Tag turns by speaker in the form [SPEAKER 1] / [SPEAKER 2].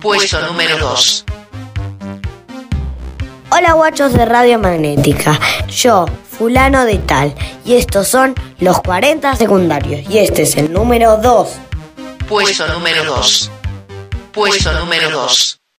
[SPEAKER 1] Puesto número 2.
[SPEAKER 2] Hola guachos de Radio Magnética, yo, fulano de tal, y estos son los 40 secundarios, y este es el número 2.
[SPEAKER 1] Puesto número 2. Puesto número 2.